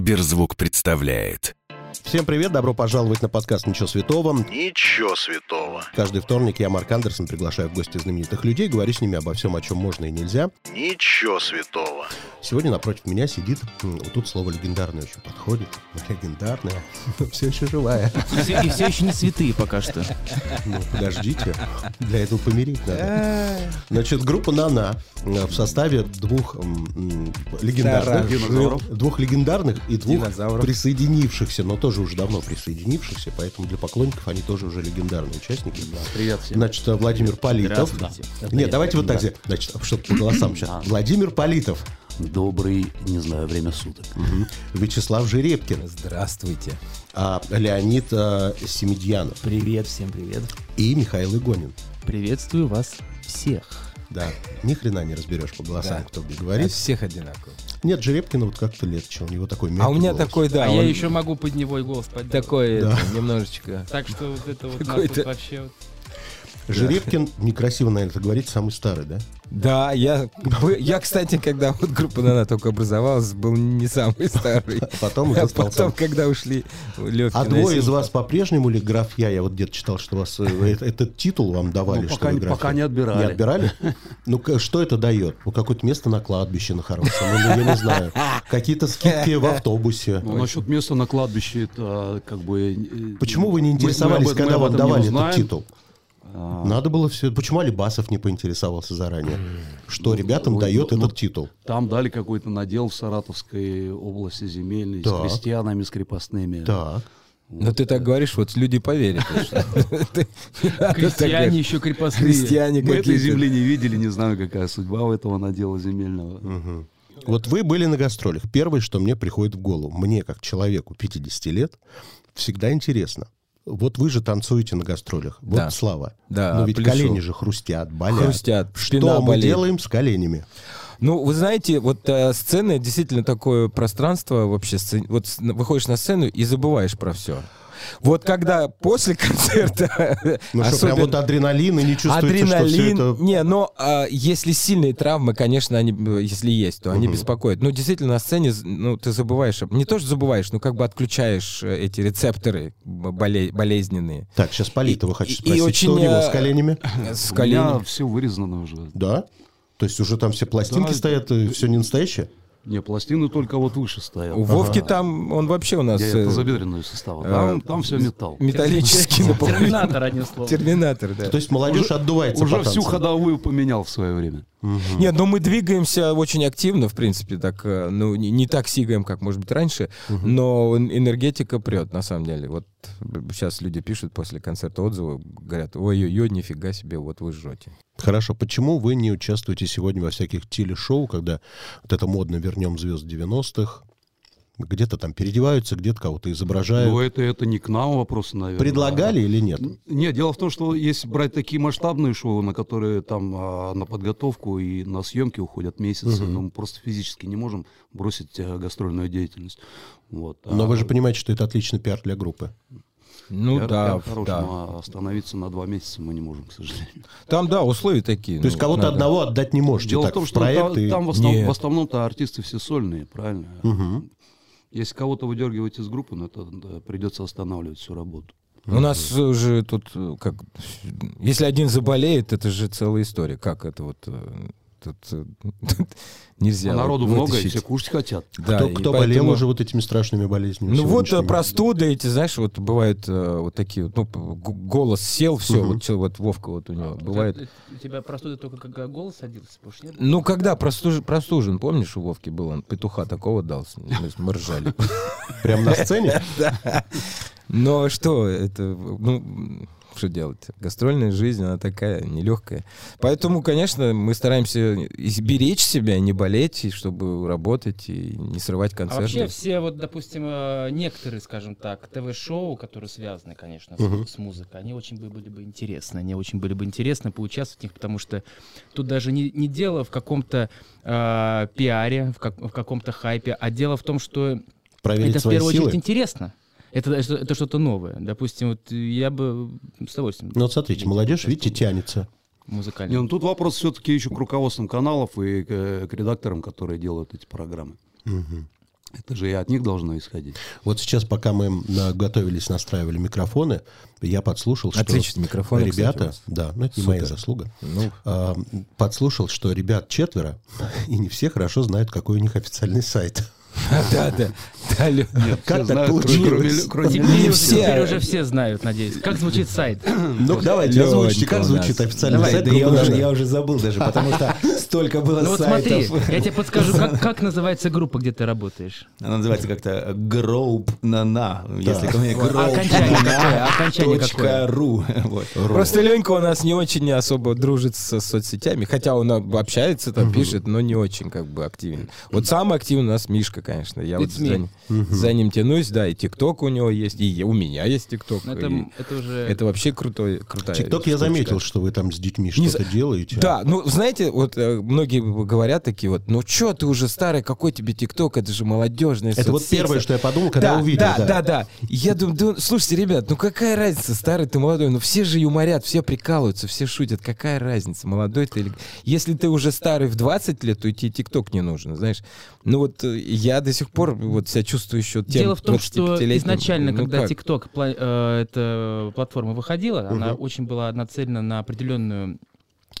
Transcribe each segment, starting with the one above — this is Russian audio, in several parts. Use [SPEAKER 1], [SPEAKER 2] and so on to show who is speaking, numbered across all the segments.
[SPEAKER 1] Сберзвук представляет.
[SPEAKER 2] Всем привет, добро пожаловать на подкаст «Ничего святого».
[SPEAKER 3] Ничего святого.
[SPEAKER 2] Каждый вторник я, Марк Андерсон, приглашаю в гости знаменитых людей, говорю с ними обо всем, о чем можно и нельзя.
[SPEAKER 3] Ничего святого.
[SPEAKER 2] Сегодня напротив меня сидит, м, вот тут слово «легендарное» еще подходит, легендарная, все еще живая.
[SPEAKER 4] И все, еще не святые пока что.
[SPEAKER 2] Ну, подождите, для этого помирить надо. Значит, группа «Нана» э, в составе двух м, м, легендарных,
[SPEAKER 5] Динозавров.
[SPEAKER 2] э, двух легендарных и двух
[SPEAKER 5] Динозавров.
[SPEAKER 2] присоединившихся, но тоже уже давно присоединившихся, поэтому для поклонников они тоже уже легендарные участники.
[SPEAKER 5] Привет всем.
[SPEAKER 2] Значит, э, Владимир Политов.
[SPEAKER 5] Здравствуйте.
[SPEAKER 2] Нет, давайте вот так сделаем. Значит, чтобы по голосам
[SPEAKER 5] А.
[SPEAKER 2] сейчас. Владимир Политов.
[SPEAKER 6] Добрый, не знаю, время суток.
[SPEAKER 2] Вячеслав Жеребкин.
[SPEAKER 5] Здравствуйте.
[SPEAKER 2] а, Леонид э, Семедьянов.
[SPEAKER 4] Привет, всем привет.
[SPEAKER 2] И Михаил Игонин.
[SPEAKER 4] Приветствую вас всех.
[SPEAKER 2] Да, ни хрена не разберешь по голосам,
[SPEAKER 5] Да.
[SPEAKER 2] кто где
[SPEAKER 5] От
[SPEAKER 2] говорит.
[SPEAKER 5] всех одинаково.
[SPEAKER 2] Нет, Жеребкина вот как-то легче, у него такой мягкий
[SPEAKER 5] А у меня
[SPEAKER 2] голос.
[SPEAKER 5] такой, да,
[SPEAKER 7] А я
[SPEAKER 5] он
[SPEAKER 7] еще могу под него и голос подать.
[SPEAKER 5] такой это, немножечко.
[SPEAKER 7] Так что вот это вот нас
[SPEAKER 5] Какой-то-
[SPEAKER 7] тут вообще... вот-
[SPEAKER 2] Жеребкин, некрасиво, наверное, это говорить, самый старый, да?
[SPEAKER 5] Да, я, вы- я, кстати, когда вот группа Нана только образовалась, был не самый старый.
[SPEAKER 2] Потом уже
[SPEAKER 5] А
[SPEAKER 2] стал
[SPEAKER 5] потом,
[SPEAKER 2] сам.
[SPEAKER 5] когда ушли Левкин.
[SPEAKER 2] А двое из вас по-прежнему ли графья? Я вот где-то читал, что вас э, э, этот титул вам давали.
[SPEAKER 6] Ну,
[SPEAKER 2] что
[SPEAKER 6] пока
[SPEAKER 2] вы
[SPEAKER 6] не-
[SPEAKER 2] графья.
[SPEAKER 6] пока не отбирали.
[SPEAKER 2] Не отбирали? Ну, к- что это дает? Ну, какое-то место на кладбище на хорошем, ну, я не знаю. Какие-то скидки в автобусе.
[SPEAKER 6] Ну, насчет места на кладбище, это как бы... э,
[SPEAKER 2] Почему вы не
[SPEAKER 6] мы- мы об
[SPEAKER 2] интересовались,
[SPEAKER 6] этом-
[SPEAKER 2] когда
[SPEAKER 6] мы об
[SPEAKER 2] вам
[SPEAKER 6] этом не
[SPEAKER 2] давали этот
[SPEAKER 6] узнаем.
[SPEAKER 2] титул?
[SPEAKER 5] А.
[SPEAKER 2] Надо было все. Почему Алибасов не поинтересовался заранее? Что ребятам
[SPEAKER 6] Ой,
[SPEAKER 2] дает
[SPEAKER 6] ну,
[SPEAKER 2] этот
[SPEAKER 6] ну,
[SPEAKER 2] титул?
[SPEAKER 6] Там дали какой-то надел в Саратовской области земельной,
[SPEAKER 2] Так.
[SPEAKER 6] с крестьянами, с крепостными.
[SPEAKER 2] Так.
[SPEAKER 5] Ну ты так говоришь, вот люди поверят. что ты-
[SPEAKER 7] Крестьяне еще крепостные.
[SPEAKER 5] Крестьяне
[SPEAKER 6] Мы этой
[SPEAKER 5] какие-то.
[SPEAKER 6] земли не видели, не знаю, какая судьба у этого надела земельного.
[SPEAKER 2] Вот вы были на гастролях. Первое, что мне приходит в голову, мне, как человеку 50 лет, всегда интересно. Вот вы же танцуете на гастролях. Вот
[SPEAKER 5] Да.
[SPEAKER 2] слава.
[SPEAKER 5] Да,
[SPEAKER 2] Но ведь
[SPEAKER 5] пляшу.
[SPEAKER 2] колени же хрустят, болят.
[SPEAKER 5] Хрустят, спина
[SPEAKER 2] Что мы
[SPEAKER 5] болит.
[SPEAKER 2] делаем с коленями?
[SPEAKER 5] Ну, вы знаете, вот э, сцена действительно такое пространство вообще. сцен- Вот с- на- выходишь на сцену и забываешь про все. Вот когда после концерта...
[SPEAKER 2] Ну что, прям
[SPEAKER 5] особенно-
[SPEAKER 2] вот адреналин и не чувствуете, что
[SPEAKER 5] Адреналин.
[SPEAKER 2] все это...
[SPEAKER 5] Не, но а, если сильные травмы, конечно, они, э, если есть, то они беспокоят. Но действительно на сцене, з- ну, ты забываешь, об- не то что забываешь, но как бы отключаешь э, эти рецепторы б- боле- болезненные
[SPEAKER 2] Так, сейчас Политова
[SPEAKER 5] И-
[SPEAKER 2] хочу
[SPEAKER 5] и- и
[SPEAKER 2] спросить.
[SPEAKER 5] очень,
[SPEAKER 2] что у него
[SPEAKER 5] э,
[SPEAKER 2] с коленями?
[SPEAKER 5] э,
[SPEAKER 6] У
[SPEAKER 5] с
[SPEAKER 6] меня
[SPEAKER 5] коленями.
[SPEAKER 6] все вырезано уже.
[SPEAKER 2] Да? То есть уже там все пластинки
[SPEAKER 6] Да.
[SPEAKER 2] стоят, и все не настоящее?
[SPEAKER 6] Не, пластины только вот выше стоят.
[SPEAKER 5] У Вовки там, он вообще у нас
[SPEAKER 6] Я
[SPEAKER 5] э,
[SPEAKER 6] это забедренную состава.
[SPEAKER 2] э,
[SPEAKER 6] Там, там все металл.
[SPEAKER 5] металлический наполовину.
[SPEAKER 7] Терминатор, а одним словом.
[SPEAKER 5] Терминатор, да.
[SPEAKER 2] То есть молодежь отдувается
[SPEAKER 6] Уже
[SPEAKER 2] по
[SPEAKER 6] всю
[SPEAKER 2] танцам.
[SPEAKER 6] ходовую поменял в свое время.
[SPEAKER 5] Нет, но мы двигаемся очень активно, в принципе, так, э, ну, не, не так сигаем, как, может быть, раньше, но эн- энергетика прет, на самом деле. Вот сейчас люди пишут после концерта отзывы, говорят, ой-ой-ой, нифига себе, вот вы жжете.
[SPEAKER 2] Хорошо, почему вы не участвуете сегодня во всяких телешоу, когда вот это модно «Вернем звезд 90-х», где-то там переодеваются, где-то кого-то изображают.
[SPEAKER 6] Но это, это не к нам вопрос, наверное. а
[SPEAKER 2] Предлагали или нет?
[SPEAKER 6] Нет, дело в том, что если брать такие масштабные шоу, на которые там а, на подготовку и на съемки уходят месяцы, ну, мы просто физически не можем бросить э, гастрольную деятельность. Вот.
[SPEAKER 2] Но
[SPEAKER 6] А
[SPEAKER 2] вы же понимаете, что это отличный пиар для группы.
[SPEAKER 5] Ну
[SPEAKER 6] пиар-
[SPEAKER 5] да,
[SPEAKER 6] пиар хороший,
[SPEAKER 5] да.
[SPEAKER 6] но остановиться на два месяца мы не можем, к сожалению.
[SPEAKER 5] Там, да, условия такие. ну,
[SPEAKER 2] То есть кого-то одного отдать не можете.
[SPEAKER 6] Ну, Дело
[SPEAKER 2] так,
[SPEAKER 6] в том,
[SPEAKER 2] в
[SPEAKER 6] что
[SPEAKER 2] проект
[SPEAKER 6] там,
[SPEAKER 2] и-
[SPEAKER 6] там в, основ-
[SPEAKER 5] Нет.
[SPEAKER 6] в основном-то артисты все сольные, правильно? Если кого-то выдергивать из группы, ну, это да, придется останавливать всю работу.
[SPEAKER 5] У нас э, же тут, э, как, если один заболеет, это же целая история. Как это вот... э, Тут, э, тут нельзя.
[SPEAKER 6] А
[SPEAKER 5] вот
[SPEAKER 6] народу много, и
[SPEAKER 5] вытащить.
[SPEAKER 6] все кушать хотят.
[SPEAKER 5] Да,
[SPEAKER 2] кто
[SPEAKER 5] и
[SPEAKER 2] кто болел
[SPEAKER 5] поэтому-
[SPEAKER 2] уже вот этими страшными болезнями?
[SPEAKER 5] Ну вот э,
[SPEAKER 2] сегодняшними?
[SPEAKER 5] простуды эти, знаешь, вот бывают э, вот такие, вот, ну п- г- голос сел, все, вот, чё- вот Вовка вот у
[SPEAKER 7] А,
[SPEAKER 5] него бывает.
[SPEAKER 7] Э, У тебя простуда только когда голос садился, больше нет?
[SPEAKER 5] Ну когда простуж- простужен, помнишь, у Вовки был, он петуха такого дал, с- мы с- мы ржали.
[SPEAKER 2] Прям на сцене?
[SPEAKER 5] Но что это, ну что делать? Гастрольная жизнь, она такая нелегкая. Поэтому, конечно, мы стараемся изберечь себя, не болеть, и чтобы работать и не срывать
[SPEAKER 7] А вообще
[SPEAKER 5] концерты.
[SPEAKER 7] все вот, допустим, э, некоторые, скажем так, ТВ-шоу, которые связаны, конечно, с, с музыкой, они очень бы были бы интересны, они очень были бы интересны поучаствовать в них, потому что тут даже не, не дело в каком-то э, пиаре, в, как- в каком-то хайпе, а дело в том, что
[SPEAKER 2] Проверить
[SPEAKER 7] это в
[SPEAKER 2] свои
[SPEAKER 7] первую
[SPEAKER 2] силы?
[SPEAKER 7] очередь интересно. Это, это, это что-то новое. Допустим, вот я бы с удовольствием.
[SPEAKER 2] Ну вот смотрите, молодежь, видите, тянется.
[SPEAKER 7] музыкально.
[SPEAKER 6] Не, ну тут вопрос все-таки еще к руководствам каналов и к, э, к редакторам, которые делают эти программы. Это же и от них должно исходить.
[SPEAKER 2] Вот сейчас, пока мы м, на- готовились, настраивали микрофоны, я подслушал, что
[SPEAKER 5] Отличный микрофон, кстати, у
[SPEAKER 2] ребята,
[SPEAKER 5] вас.
[SPEAKER 2] да, ну это не
[SPEAKER 5] Супер.
[SPEAKER 2] моя заслуга,
[SPEAKER 5] Ну,
[SPEAKER 2] а, м, подслушал, что ребят четверо, и не все хорошо знают, какой у них официальный сайт.
[SPEAKER 5] да, да. Да, Лё-
[SPEAKER 2] Как так
[SPEAKER 6] Все знают, кроме-
[SPEAKER 2] получилось?
[SPEAKER 6] кроме- кроме
[SPEAKER 7] Теперь
[SPEAKER 5] не
[SPEAKER 7] уже-
[SPEAKER 5] все.
[SPEAKER 7] теперь уже все знают, надеюсь. Как звучит сайт?
[SPEAKER 2] Ну, давайте,
[SPEAKER 5] Лёнька
[SPEAKER 2] озвучите,
[SPEAKER 5] у
[SPEAKER 2] как
[SPEAKER 5] нас.
[SPEAKER 2] звучит официальный
[SPEAKER 7] Давай,
[SPEAKER 2] сайт.
[SPEAKER 8] Да я
[SPEAKER 2] группы
[SPEAKER 8] уже,
[SPEAKER 2] «Жара».
[SPEAKER 8] я уже забыл даже, потому что столько было
[SPEAKER 7] Ну вот смотри,
[SPEAKER 8] сайтов.
[SPEAKER 7] я тебе подскажу, как, как называется группа, где ты работаешь?
[SPEAKER 8] Она называется как-то э, Гроуп на на, если ко мне
[SPEAKER 7] А окончание какое? Окончание какое?
[SPEAKER 8] ру. Вот.
[SPEAKER 5] Просто Ленька у нас не очень особо дружит со соцсетями, хотя он об- общается, там пишет, но не очень как бы активен. Вот самый активный у нас Мишка, конечно. Я вот
[SPEAKER 7] It's
[SPEAKER 5] за,
[SPEAKER 7] me.
[SPEAKER 5] ним- за ним тянусь, да, и ТикТок у него есть, и я- у меня есть ТикТок.
[SPEAKER 7] Ну,
[SPEAKER 5] и
[SPEAKER 7] Это, это уже...
[SPEAKER 5] Это вообще крутой, крутая
[SPEAKER 2] Тикток я
[SPEAKER 5] штучка.
[SPEAKER 2] заметил, что вы там с детьми
[SPEAKER 5] Не
[SPEAKER 2] что-то делаете.
[SPEAKER 5] Да, ну, знаете, вот э, многие говорят такие вот, ну, чё ты уже старый, какой тебе ТикТок, это же молодежная
[SPEAKER 2] Это вот
[SPEAKER 5] соцсеть».
[SPEAKER 2] первое, что я подумал, когда
[SPEAKER 5] да,
[SPEAKER 2] увидел.
[SPEAKER 5] Да, да, да, И Я думаю, да, слушайте, ребят, ну какая разница, старый ты молодой, ну все же юморят, все прикалываются, все шутят, какая разница, молодой ты или... Если ты уже старый в 20 лет, то и тебе тикток не нужен, знаешь. Ну вот э, я до сих пор вот себя чувствую еще тем
[SPEAKER 7] Дело в том, что
[SPEAKER 5] 25-летним.
[SPEAKER 7] изначально,
[SPEAKER 5] Ну
[SPEAKER 7] когда
[SPEAKER 5] как?
[SPEAKER 7] TikTok, пла- э, эта платформа выходила, она очень была нацелена на определенную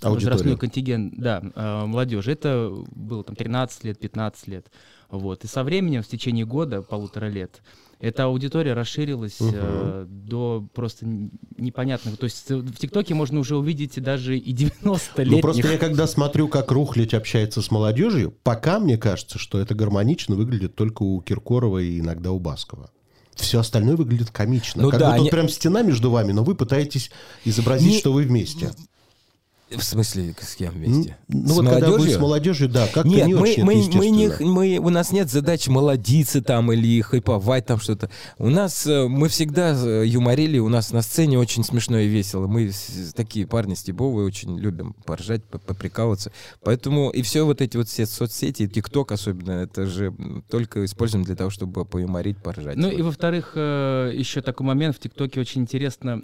[SPEAKER 7] возрастной
[SPEAKER 2] Аудиторию.
[SPEAKER 7] контингент да, э, молодежи. Это было там 13 лет, 15 лет. Вот. И со временем, в течение года, полутора лет, эта аудитория расширилась э, до просто н- непонятного. То есть э, в ТикТоке можно уже увидеть даже и 90-летних.
[SPEAKER 2] Ну просто я когда смотрю, как Рухлядь общается с молодежью, пока мне кажется, что это гармонично выглядит только у Киркорова и иногда у Баскова. Все остальное выглядит комично.
[SPEAKER 5] Ну
[SPEAKER 2] как
[SPEAKER 5] да,
[SPEAKER 2] будто вот
[SPEAKER 5] они-
[SPEAKER 2] прям стена между вами, но вы пытаетесь изобразить,
[SPEAKER 5] Не-
[SPEAKER 2] что вы вместе.
[SPEAKER 5] В смысле, с кем вместе?
[SPEAKER 2] Ну
[SPEAKER 5] С
[SPEAKER 2] вот когда вы с
[SPEAKER 5] молодежью?
[SPEAKER 2] молодежью, да, как-то
[SPEAKER 5] Нет,
[SPEAKER 2] не
[SPEAKER 5] мы,
[SPEAKER 2] очень
[SPEAKER 5] мы,
[SPEAKER 2] это
[SPEAKER 5] мы, не,
[SPEAKER 2] естественно.
[SPEAKER 5] мы, у нас нет задач молодиться там или хайповать там что-то. У нас э, мы всегда э, юморили, у нас на сцене очень смешно и весело. Мы с- такие парни стебовые, очень любим поржать, по- поприкалываться. Поэтому и все вот эти вот все соцсети, и ТикТок особенно, это же м, только используем для того, чтобы поюморить, поржать.
[SPEAKER 7] Ну
[SPEAKER 5] Вот.
[SPEAKER 7] и во-вторых, э, еще такой момент, в ТикТоке очень интересно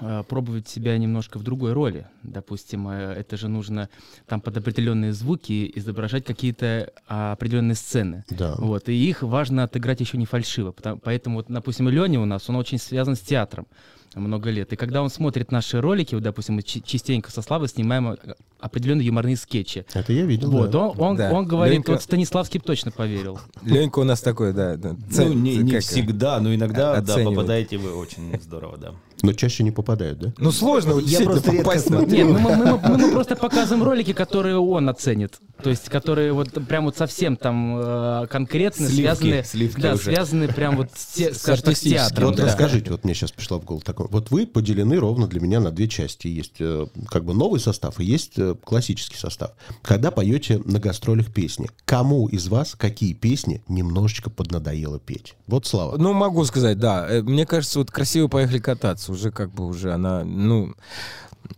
[SPEAKER 7] э, пробовать себя немножко в другой роли. Допустим, э, это же нужно там под определенные звуки изображать какие-то а, определенные сцены.
[SPEAKER 2] Да.
[SPEAKER 7] Вот, и их важно отыграть еще не фальшиво. потом- поэтому, вот, допустим, Леня у нас, он очень связан с театром много лет. И когда он смотрит наши ролики, вот, допустим, мы чи- частенько со Славой снимаем э, определенные юморные скетчи.
[SPEAKER 2] Это я видел.
[SPEAKER 7] Вот,
[SPEAKER 2] да.
[SPEAKER 7] он, он,
[SPEAKER 5] Да.
[SPEAKER 7] он говорит,
[SPEAKER 5] Ленька-
[SPEAKER 7] вот Станиславский б точно поверил.
[SPEAKER 5] Ленька у нас такой, да. да.
[SPEAKER 8] Ну,
[SPEAKER 5] Ц-
[SPEAKER 8] не,
[SPEAKER 5] ц-
[SPEAKER 8] не
[SPEAKER 5] как-
[SPEAKER 8] всегда, но иногда, да,
[SPEAKER 5] Оценивает.
[SPEAKER 8] попадаете вы очень здорово, да.
[SPEAKER 2] Но чаще не попадают, да?
[SPEAKER 5] Ну сложно, вот
[SPEAKER 8] Я
[SPEAKER 5] действительно
[SPEAKER 8] просто редко
[SPEAKER 5] попасть на-
[SPEAKER 8] смотрю.
[SPEAKER 7] Нет, ну мы, мы- мы- мы просто показываем ролики, которые он оценит. То есть, которые вот прям вот совсем там э, конкретно
[SPEAKER 8] Сливки,
[SPEAKER 7] связаны.
[SPEAKER 8] сливки
[SPEAKER 7] да,
[SPEAKER 8] уже.
[SPEAKER 7] связаны прям вот с, те-
[SPEAKER 5] С
[SPEAKER 7] скажем так, с
[SPEAKER 5] артистическим,
[SPEAKER 7] театром.
[SPEAKER 2] Вот
[SPEAKER 7] да.
[SPEAKER 2] расскажите, вот мне сейчас пришла в голову такое. Вот вы поделены ровно для меня на две части. Есть э, как бы новый состав и есть э, классический состав. Когда поете на гастролях песни, кому из вас какие песни немножечко поднадоело петь? Вот слова.
[SPEAKER 5] Ну, могу сказать, да. Э, Мне кажется, вот красиво поехали кататься. Уже как бы уже она, ну,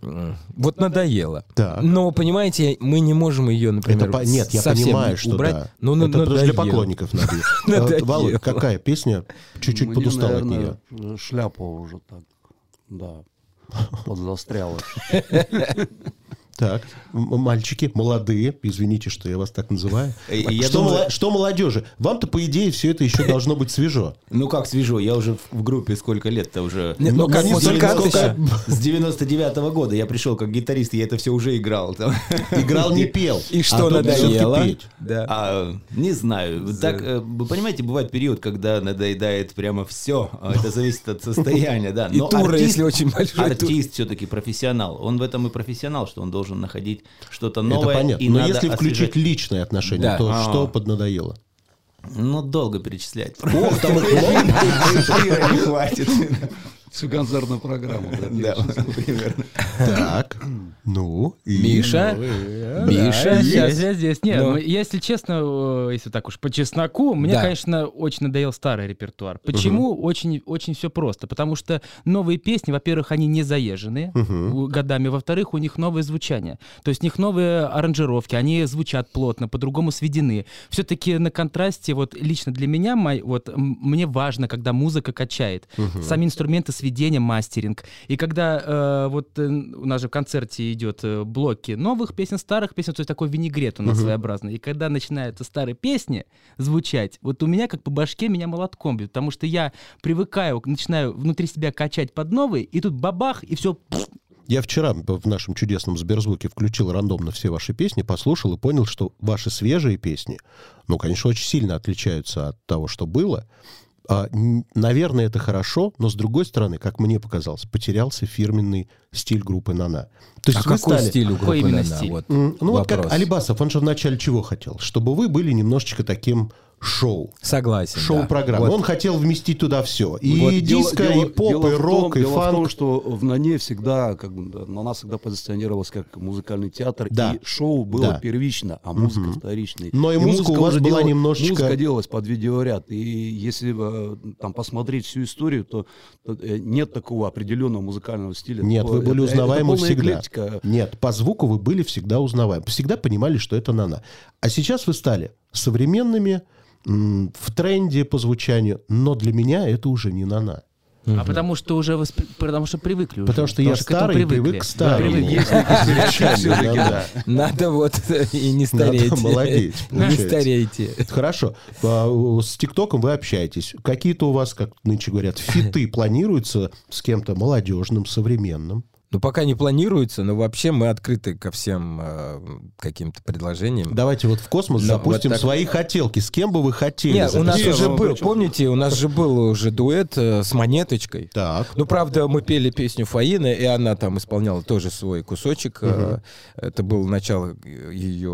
[SPEAKER 5] м, вот
[SPEAKER 2] Ну
[SPEAKER 5] надоела.
[SPEAKER 2] Так.
[SPEAKER 5] Но, понимаете, мы не можем ее, например,
[SPEAKER 2] Это по- Нет, я
[SPEAKER 5] совсем
[SPEAKER 2] понимаю, что
[SPEAKER 5] убрать.
[SPEAKER 2] да.
[SPEAKER 5] Но
[SPEAKER 2] Это
[SPEAKER 5] надоело.
[SPEAKER 2] просто для поклонников надо. А вот,
[SPEAKER 5] Надоело. Ну,
[SPEAKER 2] Володь, какая песня чуть-чуть
[SPEAKER 6] Мне,
[SPEAKER 2] подустала от нее?
[SPEAKER 6] наверное, э, Шляпа уже так, да, подзастряла.
[SPEAKER 2] Так, м- мальчики, молодые, извините, что я вас так называю.
[SPEAKER 8] И- и Э, я
[SPEAKER 2] Что
[SPEAKER 8] думаю-
[SPEAKER 2] мала- что молодежи? Вам-то, по идее, все это еще должно быть свежо.
[SPEAKER 8] Ну как свежо, я уже в- в группе сколько лет-то уже.
[SPEAKER 5] Не, ну, как
[SPEAKER 8] с
[SPEAKER 5] вот только
[SPEAKER 8] 90 С 99 года я пришел как гитарист, и я это все уже играл. там.
[SPEAKER 2] Играл, не пел.
[SPEAKER 5] И
[SPEAKER 2] А
[SPEAKER 5] что
[SPEAKER 2] тут
[SPEAKER 5] надоело?
[SPEAKER 2] всё-таки петь.
[SPEAKER 5] Да.
[SPEAKER 8] А, не знаю. Так, э, вы понимаете, бывает период, когда надоедает прямо все. Это зависит от состояния, да.
[SPEAKER 5] И
[SPEAKER 8] Но
[SPEAKER 5] туры,
[SPEAKER 8] артист-
[SPEAKER 5] если очень большой тур.
[SPEAKER 8] Артист все-таки профессионал. Он в этом и профессионал, что он должен находить что-то
[SPEAKER 2] Это
[SPEAKER 8] новое.
[SPEAKER 2] понятно.
[SPEAKER 8] и
[SPEAKER 2] Но
[SPEAKER 8] надо
[SPEAKER 2] если включить
[SPEAKER 8] освежать.
[SPEAKER 2] личные отношения,
[SPEAKER 5] Да.
[SPEAKER 2] то
[SPEAKER 8] А.
[SPEAKER 2] что поднадоело?
[SPEAKER 8] Ну, долго перечислять.
[SPEAKER 2] Ох, там их много.
[SPEAKER 8] Эфира не хватит.
[SPEAKER 6] Всю концертную программу. да,
[SPEAKER 8] Да, примерно.
[SPEAKER 2] Так, ну и...
[SPEAKER 5] Миша,
[SPEAKER 7] Миша,
[SPEAKER 5] Миша,
[SPEAKER 7] я,
[SPEAKER 5] есть.
[SPEAKER 7] я здесь. Нет,
[SPEAKER 5] Ну.
[SPEAKER 7] мы- если честно, э, если так уж по чесноку, мне,
[SPEAKER 5] Да.
[SPEAKER 7] конечно, очень надоел старый репертуар. Почему? Очень, очень все просто. Потому что новые песни, во-первых, они не заезжены у- годами, во-вторых, у них новое звучание. То есть у них новые аранжировки, они звучат плотно, по-другому сведены. Все-таки на контрасте, вот лично для меня, мой- вот м- мне важно, когда музыка качает. Сами инструменты сведение, мастеринг. И когда э, вот э, у нас же в концерте идет э, блоки новых песен, старых песен, то есть такой винегрет у нас своеобразный. И когда начинаются старые песни звучать, вот у меня как по башке меня молотком бьют, потому что я привыкаю, начинаю внутри себя качать под новые, и тут бабах, и все
[SPEAKER 2] Я вчера в нашем чудесном Сберзвуке включил рандомно все ваши песни, послушал и понял, что ваши свежие песни, ну, конечно, очень сильно отличаются от того, что было. А, н- наверное, это хорошо, но с другой стороны, как мне показалось, потерялся фирменный стиль группы «Нана». То
[SPEAKER 5] А
[SPEAKER 2] вы
[SPEAKER 5] какой
[SPEAKER 2] стали-
[SPEAKER 5] стиль у
[SPEAKER 7] Какой
[SPEAKER 5] группы
[SPEAKER 7] именно
[SPEAKER 5] «Нана»?
[SPEAKER 7] стиль?
[SPEAKER 5] Вот
[SPEAKER 2] М, Ну вот как
[SPEAKER 5] вопрос.
[SPEAKER 2] Алибасов, он же вначале чего хотел? Чтобы вы были немножечко таким шоу.
[SPEAKER 5] Согласен. да.
[SPEAKER 2] Шоу-программа.
[SPEAKER 5] Вот.
[SPEAKER 2] Он хотел вместить туда все. И
[SPEAKER 6] Вот дело-
[SPEAKER 2] диско,
[SPEAKER 6] дело-
[SPEAKER 2] и поп,
[SPEAKER 6] дело
[SPEAKER 2] и
[SPEAKER 6] в том-
[SPEAKER 2] рок, и
[SPEAKER 6] дело в том,
[SPEAKER 2] фанк.
[SPEAKER 6] что в Нане всегда, как бы, да, Нана всегда позиционировалась как музыкальный театр,
[SPEAKER 2] Да.
[SPEAKER 6] и шоу было
[SPEAKER 2] Да.
[SPEAKER 6] первично, а музыка вторичной.
[SPEAKER 2] Но и музыка у вас
[SPEAKER 6] уже
[SPEAKER 2] была немножечко-
[SPEAKER 6] Музыка делалась под видеоряд, и если э, там посмотреть всю историю, то э, нет такого определенного музыкального стиля.
[SPEAKER 2] Нет,
[SPEAKER 6] Такого-
[SPEAKER 2] вы были
[SPEAKER 6] это- это
[SPEAKER 2] узнаваемы
[SPEAKER 6] полная
[SPEAKER 2] всегда.
[SPEAKER 6] эклектика.
[SPEAKER 2] Нет, по звуку вы были всегда узнаваемы. Всегда понимали, что это «Нана». А сейчас вы стали современными, м, в тренде по звучанию, но для меня это уже не «Нана».
[SPEAKER 7] А потому что уже воспри- потому что привыкли. уже.
[SPEAKER 2] Потому что я
[SPEAKER 7] к этому
[SPEAKER 2] старый, привык
[SPEAKER 7] привыкли.
[SPEAKER 2] к старому.
[SPEAKER 7] Привыкли.
[SPEAKER 2] Звучанию, да-да.
[SPEAKER 5] Надо вот и не
[SPEAKER 2] Надо
[SPEAKER 5] старейте.
[SPEAKER 2] молодеть,
[SPEAKER 5] Не
[SPEAKER 2] получается.
[SPEAKER 5] старейте.
[SPEAKER 2] Хорошо. А, у- С ТикТоком вы общаетесь. Какие-то у вас, как нынче говорят, фиты планируются с кем-то молодежным, современным?
[SPEAKER 5] Ну, пока не планируется, но вообще мы открыты ко всем э, каким-то предложениям.
[SPEAKER 2] Давайте вот в космос
[SPEAKER 5] Ну,
[SPEAKER 2] запустим
[SPEAKER 5] вот так.
[SPEAKER 2] свои хотелки. С кем бы вы хотели?
[SPEAKER 5] Нет, у нас
[SPEAKER 2] записаться?
[SPEAKER 5] уже был, помните, у нас же был уже дуэт э, с монеточкой.
[SPEAKER 2] Так.
[SPEAKER 5] Ну, правда, мы пели песню Фаины, и она там исполняла тоже свой кусочек. Э, Это было начало ее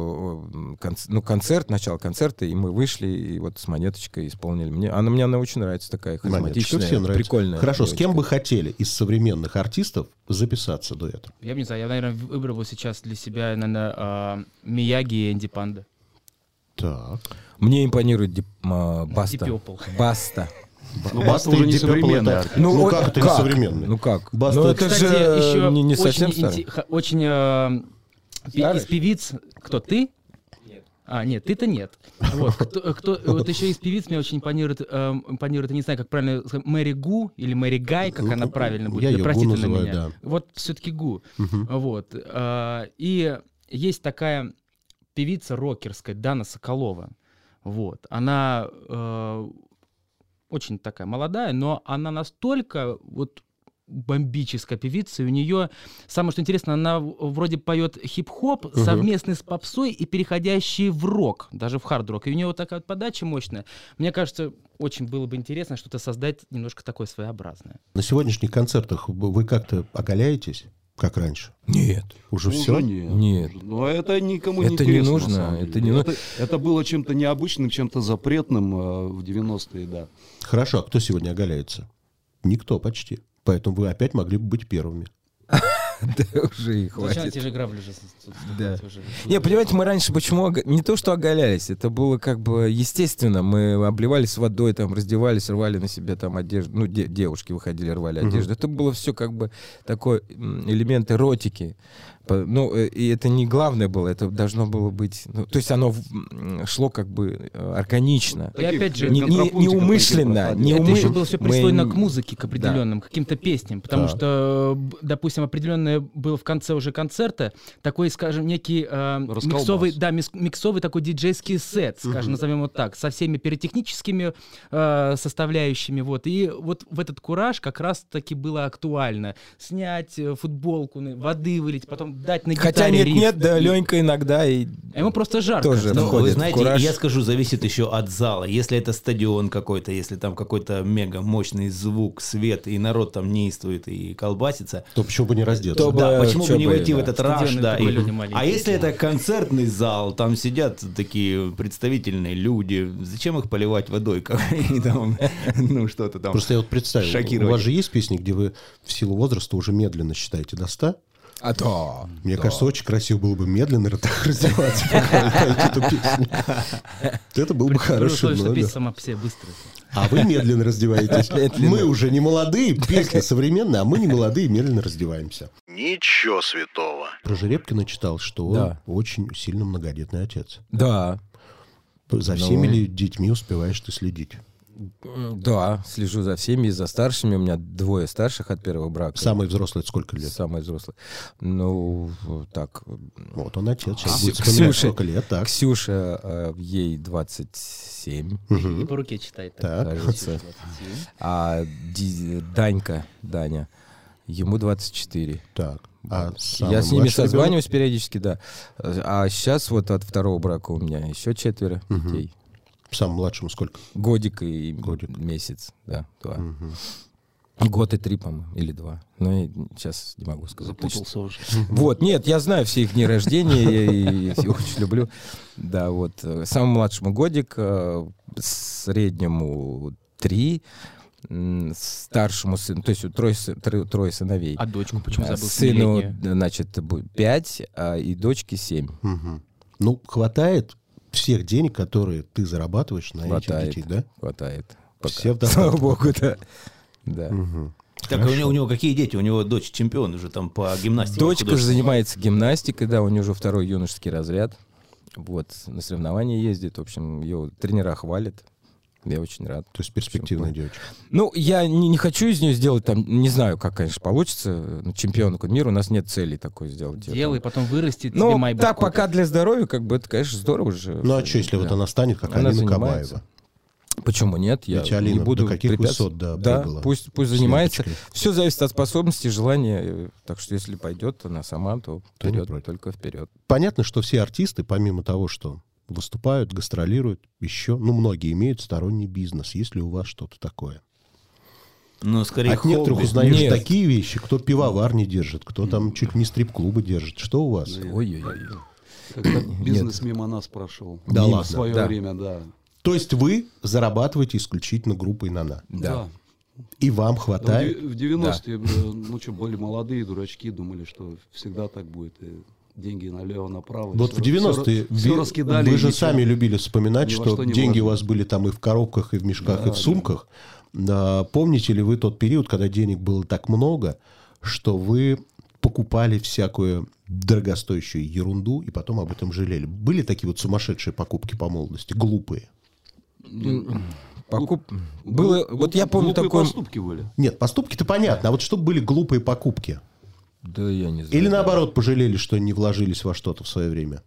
[SPEAKER 5] ну, концерт, начало концерта, и мы вышли, и вот с монеточкой исполнили. Мне, она, мне она очень нравится, такая
[SPEAKER 2] Монеточка
[SPEAKER 5] харизматичная,
[SPEAKER 2] всем нравится.
[SPEAKER 5] прикольная.
[SPEAKER 2] Хорошо, с кем
[SPEAKER 5] девочка.
[SPEAKER 2] бы хотели из современных артистов записаться дуэтом?
[SPEAKER 7] Я бы не знаю, я, наверное, выбрал бы сейчас для себя, наверное, а, Мияги и Энди Панда.
[SPEAKER 2] Так.
[SPEAKER 5] Мне импонирует Дип- а, Баста.
[SPEAKER 7] Deep Purple.
[SPEAKER 5] Баста.
[SPEAKER 6] Ну, Баста уже не современный артист.
[SPEAKER 2] Ну,
[SPEAKER 5] вот
[SPEAKER 2] как это не современный?
[SPEAKER 5] Ну как?
[SPEAKER 2] Баста
[SPEAKER 5] ну,
[SPEAKER 2] это- э,
[SPEAKER 5] это
[SPEAKER 7] Кстати,
[SPEAKER 5] же
[SPEAKER 7] еще
[SPEAKER 5] не, не
[SPEAKER 7] очень
[SPEAKER 5] совсем
[SPEAKER 7] инте-
[SPEAKER 5] старый.
[SPEAKER 7] ха- Очень э, пи-
[SPEAKER 5] Старый?
[SPEAKER 7] из певиц... Кто, ты? Нет. А, нет, ты-то нет. Вот, кто, кто- вот еще из певиц мне очень импонирует, э, импонирует, я не знаю, как правильно сказать, Мэри Гу или Мэри Гай, как она правильно будет,
[SPEAKER 2] я
[SPEAKER 7] да
[SPEAKER 2] её Гу
[SPEAKER 7] простите на
[SPEAKER 2] называю,
[SPEAKER 7] меня.
[SPEAKER 2] да.
[SPEAKER 7] Вот все-таки Гу. Вот. э, и есть такая певица рокерская Дана Соколова. Вот. Она э, очень такая молодая, но она настолько вот бомбическая певица, и у нее самое что интересно, она в- вроде поет хип-хоп совместный с попсой и переходящий в рок, даже в хард-рок. И у нее вот такая вот подача мощная. Мне кажется, очень было бы интересно что-то создать немножко такое своеобразное.
[SPEAKER 2] На сегодняшних концертах вы как-то оголяетесь, как раньше?
[SPEAKER 5] Нет.
[SPEAKER 2] Уже
[SPEAKER 6] Ну,
[SPEAKER 2] все?
[SPEAKER 6] Нет.
[SPEAKER 5] Нет.
[SPEAKER 6] Но это никому
[SPEAKER 5] Это не
[SPEAKER 6] интересно, на
[SPEAKER 5] нужно,
[SPEAKER 6] самом деле.
[SPEAKER 5] это не ну-
[SPEAKER 6] это, это было чем-то необычным, чем-то запретным э, в 90-е, да.
[SPEAKER 2] Хорошо, а кто сегодня оголяется? Никто почти. Поэтому вы опять могли бы быть первыми.
[SPEAKER 5] Да уже и хватит.
[SPEAKER 7] те же грабли же
[SPEAKER 5] Да. Не, понимаете, мы раньше почему ог- не то что оголялись, это было как бы естественно. Мы обливались водой, там раздевались, рвали на себе там одежду. Ну, де- девушки выходили, рвали одежду. Это было все как бы такой м, элемент эротики. По- Ну, э, и это не главное было, это должно было быть. ну, то есть оно в- м, шло как бы э, органично.
[SPEAKER 7] И опять же,
[SPEAKER 5] Не, не- неумышленно,
[SPEAKER 6] Это
[SPEAKER 5] не
[SPEAKER 7] это
[SPEAKER 5] умы-
[SPEAKER 7] еще было все
[SPEAKER 5] мы-
[SPEAKER 7] присвоено к музыке, к определенным, каким-то песням. Потому что, б- допустим, определенное был в конце уже концерта такой, скажем, некий э,
[SPEAKER 6] Расколбас.
[SPEAKER 7] миксовый, да, мис- миксовый такой диджейский сет, скажем, назовем вот так, со всеми пиротехническими э, составляющими. Вот. И вот в этот кураж как раз-таки было актуально. Снять э, футболку, на- воды вылить, потом дать на гитаре
[SPEAKER 5] Хотя нет,
[SPEAKER 7] риф.
[SPEAKER 5] нет, да, Ленька иногда и
[SPEAKER 7] А Ему просто жарко.
[SPEAKER 5] тоже
[SPEAKER 7] Ну,
[SPEAKER 8] Ну,
[SPEAKER 5] входит
[SPEAKER 8] вы
[SPEAKER 5] в
[SPEAKER 8] знаете,
[SPEAKER 5] кураж.
[SPEAKER 8] я скажу, зависит еще от зала. Если это стадион какой-то, если там какой-то мега мощный звук, свет, и народ там неистует и колбасится,
[SPEAKER 2] То почему бы не раздеться?
[SPEAKER 5] То-
[SPEAKER 8] да,
[SPEAKER 5] бы,
[SPEAKER 8] почему
[SPEAKER 5] чё
[SPEAKER 8] бы не
[SPEAKER 5] бы,
[SPEAKER 8] войти
[SPEAKER 5] да.
[SPEAKER 8] в этот раш,
[SPEAKER 7] Стадионы
[SPEAKER 8] да.
[SPEAKER 7] такой
[SPEAKER 8] и-
[SPEAKER 7] люди маленькие,
[SPEAKER 8] а если
[SPEAKER 7] да.
[SPEAKER 8] это концертный зал, там сидят такие представительные люди, зачем их поливать водой, как они там, ну что-то там.
[SPEAKER 2] Просто я вот представил,
[SPEAKER 8] Шокировать.
[SPEAKER 2] у вас же есть песни, где вы в силу возраста уже медленно считаете до 100?
[SPEAKER 5] А да.
[SPEAKER 2] Мне кажется, очень красиво было бы медленно так раздеваться, пока вы поете эту песню. Вот Это был бы
[SPEAKER 7] При
[SPEAKER 2] хороший
[SPEAKER 7] условии, что
[SPEAKER 2] номер.
[SPEAKER 7] песня сама по себе быстрая.
[SPEAKER 2] А вы медленно раздеваетесь. Мы уже не молодые, песня современная, а мы не молодые, медленно раздеваемся.
[SPEAKER 3] Ничего святого.
[SPEAKER 2] Про Жеребкина читал, что он
[SPEAKER 5] Да.
[SPEAKER 2] очень сильно многодетный отец.
[SPEAKER 5] Да.
[SPEAKER 2] За всеми ли детьми успеваешь ты следить?
[SPEAKER 5] М, Да, слежу за всеми и за старшими. У меня двое старших от первого брака.
[SPEAKER 2] Самый взрослый это сколько лет?
[SPEAKER 5] Самый взрослый. Ну, в- так.
[SPEAKER 2] Вот он отец.
[SPEAKER 5] Ксю-
[SPEAKER 2] Сейчас будет вспоминать,
[SPEAKER 5] Ксюша.
[SPEAKER 2] сколько лет. Так.
[SPEAKER 5] Ксюша, э, ей 27,
[SPEAKER 7] И
[SPEAKER 2] Мгм.
[SPEAKER 7] по руке читай.
[SPEAKER 2] Так.
[SPEAKER 5] кажется. А Ди- Данька, Даня, ему 24.
[SPEAKER 2] Так. А
[SPEAKER 5] Я
[SPEAKER 2] самый
[SPEAKER 5] с ними
[SPEAKER 2] младший ребенок?
[SPEAKER 5] созваниваюсь периодически, да. А сейчас вот от второго брака у меня еще четверо детей.
[SPEAKER 2] Самому младшему сколько?
[SPEAKER 5] Годик и
[SPEAKER 2] Годик.
[SPEAKER 5] месяц, да, два. Год и три, по-моему, или два. Ну, я сейчас не могу сказать. точно.
[SPEAKER 6] Запутался уже.
[SPEAKER 5] Вот, нет, я знаю все их дни рождения, я и их очень люблю. Да, вот. э, Самому младшему годик, э, среднему три, м, старшему сыну, то есть у трое, сы- трое- трое сыновей.
[SPEAKER 7] А дочку почему
[SPEAKER 5] Э,
[SPEAKER 7] забыл?
[SPEAKER 5] Сыну,
[SPEAKER 7] семилетнюю?
[SPEAKER 5] д- значит, бу- пять, а и дочке семь.
[SPEAKER 2] Мгм. Ну, хватает всех денег, которые ты зарабатываешь на
[SPEAKER 5] Хватает.
[SPEAKER 2] этих детей, да?
[SPEAKER 5] Хватает.
[SPEAKER 2] Все в
[SPEAKER 5] Слава
[SPEAKER 2] достатке.
[SPEAKER 5] богу, да. Да.
[SPEAKER 8] Так а у него, у него какие дети? У него дочь чемпион уже там по гимнастике.
[SPEAKER 5] Дочка же
[SPEAKER 8] художественной.
[SPEAKER 5] занимается гимнастикой, да, у нее уже второй юношеский разряд. Вот, на соревнования ездит, в общем, ее тренера хвалят. Я очень рад.
[SPEAKER 2] То есть перспективная девочка.
[SPEAKER 5] Ну, я не, не хочу из нее сделать там, не знаю, как, конечно, получится, ну, чемпионку мира, у нас нет цели такой сделать. её
[SPEAKER 7] Делай,
[SPEAKER 5] Типа там.
[SPEAKER 7] потом вырастет тебе А
[SPEAKER 5] Ну,
[SPEAKER 7] Майбах
[SPEAKER 5] так,
[SPEAKER 7] какой-то.
[SPEAKER 5] пока для здоровья, как бы, это, конечно, здорово же.
[SPEAKER 2] Ну, а что, если вот
[SPEAKER 5] Да.
[SPEAKER 2] она станет, как
[SPEAKER 5] Она
[SPEAKER 2] Алина
[SPEAKER 5] занимается.
[SPEAKER 2] Кабаева?
[SPEAKER 5] Почему нет? Я
[SPEAKER 2] Ведь Алина
[SPEAKER 5] не буду
[SPEAKER 2] до каких
[SPEAKER 5] препятствовать.
[SPEAKER 2] высот, да,
[SPEAKER 5] да
[SPEAKER 2] прыгала
[SPEAKER 5] пусть, пусть
[SPEAKER 2] с
[SPEAKER 5] занимается.
[SPEAKER 2] ленточкой.
[SPEAKER 5] Все зависит от способностей, желания. э, Так что если пойдет она сама, то
[SPEAKER 2] То не
[SPEAKER 5] вперед,
[SPEAKER 2] против.
[SPEAKER 5] только вперед.
[SPEAKER 2] Понятно, что все артисты, помимо того, что выступают, гастролируют, еще, ну, многие имеют сторонний бизнес, если у вас что-то такое.
[SPEAKER 8] Ну, скорее,
[SPEAKER 2] От некоторых
[SPEAKER 8] хобби.
[SPEAKER 2] узнаешь
[SPEAKER 5] Нет.
[SPEAKER 2] такие вещи, кто пивовар не держит, кто там чуть не стрип-клубы держит. Что у вас?
[SPEAKER 5] Ой-ой-ой.
[SPEAKER 6] Как-то бизнес мимо нас прошел.
[SPEAKER 2] Да
[SPEAKER 6] Мимо
[SPEAKER 2] ладно,
[SPEAKER 6] В свое
[SPEAKER 5] да.
[SPEAKER 6] время, да.
[SPEAKER 2] То есть вы зарабатываете исключительно группой «Нана».
[SPEAKER 5] Да.
[SPEAKER 2] И вам
[SPEAKER 6] Да, В
[SPEAKER 2] хватает?
[SPEAKER 6] дев- в 90-е, э, ну что, были молодые дурачки, думали, что всегда так будет. и деньги налево, направо.
[SPEAKER 2] Вот в 90-е
[SPEAKER 6] все
[SPEAKER 2] ви-
[SPEAKER 6] раскидали.
[SPEAKER 2] вы
[SPEAKER 6] и
[SPEAKER 2] же
[SPEAKER 6] ничего.
[SPEAKER 2] сами любили вспоминать,
[SPEAKER 6] ни во
[SPEAKER 2] что
[SPEAKER 6] что не
[SPEAKER 2] деньги у
[SPEAKER 6] вложили.
[SPEAKER 2] вас были там и в коробках, и в мешках, и в сумках. Да, помните ли вы тот период, когда денег было так много, что вы покупали всякую дорогостоящую ерунду и потом об этом жалели? Были такие вот сумасшедшие покупки по молодости, глупые?
[SPEAKER 5] Покуп... Было,
[SPEAKER 6] Глуп-
[SPEAKER 5] вот я помню
[SPEAKER 6] Ну, глупые
[SPEAKER 5] такое...
[SPEAKER 6] поступки были.
[SPEAKER 2] Нет, поступки-то понятно, а вот чтобы были глупые покупки?
[SPEAKER 5] Да я не знаю.
[SPEAKER 2] Или наоборот пожалели, что не вложились во что-то в свое время?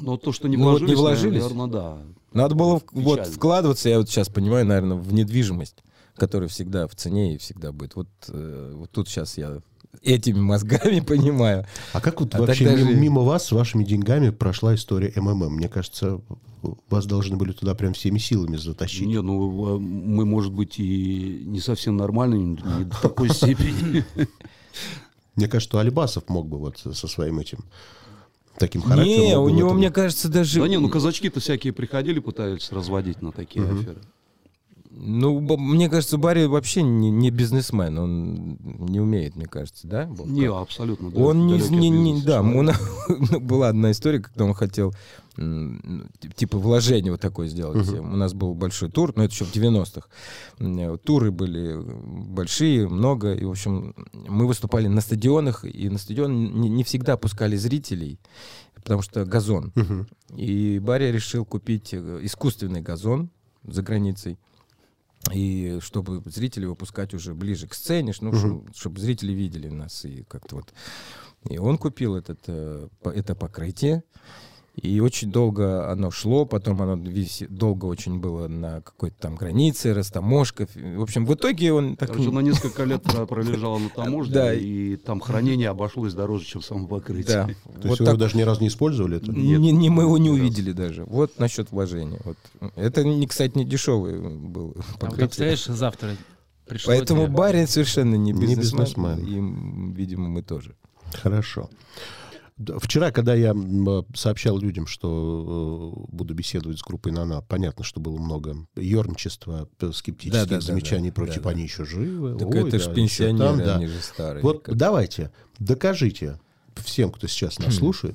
[SPEAKER 6] Но то, что не
[SPEAKER 5] Ну, вот
[SPEAKER 6] вложились,
[SPEAKER 5] не вложились.
[SPEAKER 6] наверное, да.
[SPEAKER 5] Надо было в-
[SPEAKER 6] Печально.
[SPEAKER 5] вот, вкладываться, я вот сейчас понимаю, наверное, в недвижимость, которая всегда в цене и всегда будет. Вот, э, вот тут сейчас я этими мозгами понимаю.
[SPEAKER 2] А как вот
[SPEAKER 5] А
[SPEAKER 2] вообще
[SPEAKER 5] тогда
[SPEAKER 2] мим-
[SPEAKER 5] же-
[SPEAKER 2] мимо, вас с вашими деньгами прошла история МММ? Мне кажется, вас должны были туда прям всеми силами затащить.
[SPEAKER 6] Не, ну э, мы, может быть, и не совсем нормальные, не до такой степени.
[SPEAKER 2] Мне кажется, что Алибасов мог бы вот со своим этим таким характером.
[SPEAKER 5] не,
[SPEAKER 2] он
[SPEAKER 5] у
[SPEAKER 2] бы в
[SPEAKER 5] него,
[SPEAKER 2] этом-
[SPEAKER 5] мне кажется, даже...
[SPEAKER 6] Да не, ну казачки-то всякие приходили, пытались разводить на такие аферы.
[SPEAKER 5] Ну, б- мне кажется, Барри вообще не, не бизнесмен, он не умеет, мне кажется, да? Боб?
[SPEAKER 6] Не, абсолютно. да,
[SPEAKER 5] он не,
[SPEAKER 6] далекий
[SPEAKER 5] не-
[SPEAKER 6] от
[SPEAKER 5] не-
[SPEAKER 6] бизнеса
[SPEAKER 5] да,
[SPEAKER 6] человек.
[SPEAKER 5] он- ну, была одна история, когда он хотел м, т- типа вложение вот такое сделать. У нас был большой тур, но это еще в 90-х. М, Туры были большие, много, и, в общем, мы выступали на стадионах, и на стадион не, не всегда пускали зрителей, потому что газон. И Барри решил купить э, искусственный газон за границей. И чтобы зрителей выпускать уже ближе к сцене, ну, чтобы, зрители видели нас и как-то вот. И он купил этот, э, по- это покрытие. И очень долго оно шло, потом оно висе- долго очень было на какой-то там границе, растаможка. В общем, в итоге он так... ну.
[SPEAKER 6] Короче, на несколько лет про- пролежала на таможне,
[SPEAKER 5] Да.
[SPEAKER 6] и там хранение обошлось дороже, чем само покрытие.
[SPEAKER 5] Да,
[SPEAKER 2] То
[SPEAKER 5] вот
[SPEAKER 2] есть вы
[SPEAKER 5] так
[SPEAKER 2] его даже ни разу не использовали? Это?
[SPEAKER 5] Не, не, мы его не увидели даже. Вот насчет вложения. Вот. Это, не, кстати, не дешевый э, был
[SPEAKER 7] А вот
[SPEAKER 5] покрытие.
[SPEAKER 7] представляешь, завтра пришло
[SPEAKER 5] Поэтому
[SPEAKER 7] тебе-
[SPEAKER 5] барин совершенно не
[SPEAKER 2] Не
[SPEAKER 5] бизнесмен.
[SPEAKER 2] бизнесмен.
[SPEAKER 5] И, м, видимо, мы тоже.
[SPEAKER 2] Хорошо. Да, Вчера, когда я м, э, сообщал людям, что э, буду беседовать с группой «Нана», понятно, что было много ерничества, э, скептических
[SPEAKER 5] Да-да-да-да.
[SPEAKER 2] замечаний и прочее.
[SPEAKER 5] Да-да.
[SPEAKER 2] Они еще живы.
[SPEAKER 5] Так
[SPEAKER 2] Ой,
[SPEAKER 5] это
[SPEAKER 2] да,
[SPEAKER 5] ж
[SPEAKER 2] ещё
[SPEAKER 5] пенсионеры,
[SPEAKER 2] там, да.
[SPEAKER 5] они же старые.
[SPEAKER 2] Вот
[SPEAKER 5] Как-
[SPEAKER 2] давайте, докажите всем, кто сейчас
[SPEAKER 5] Хм.
[SPEAKER 2] нас слушает,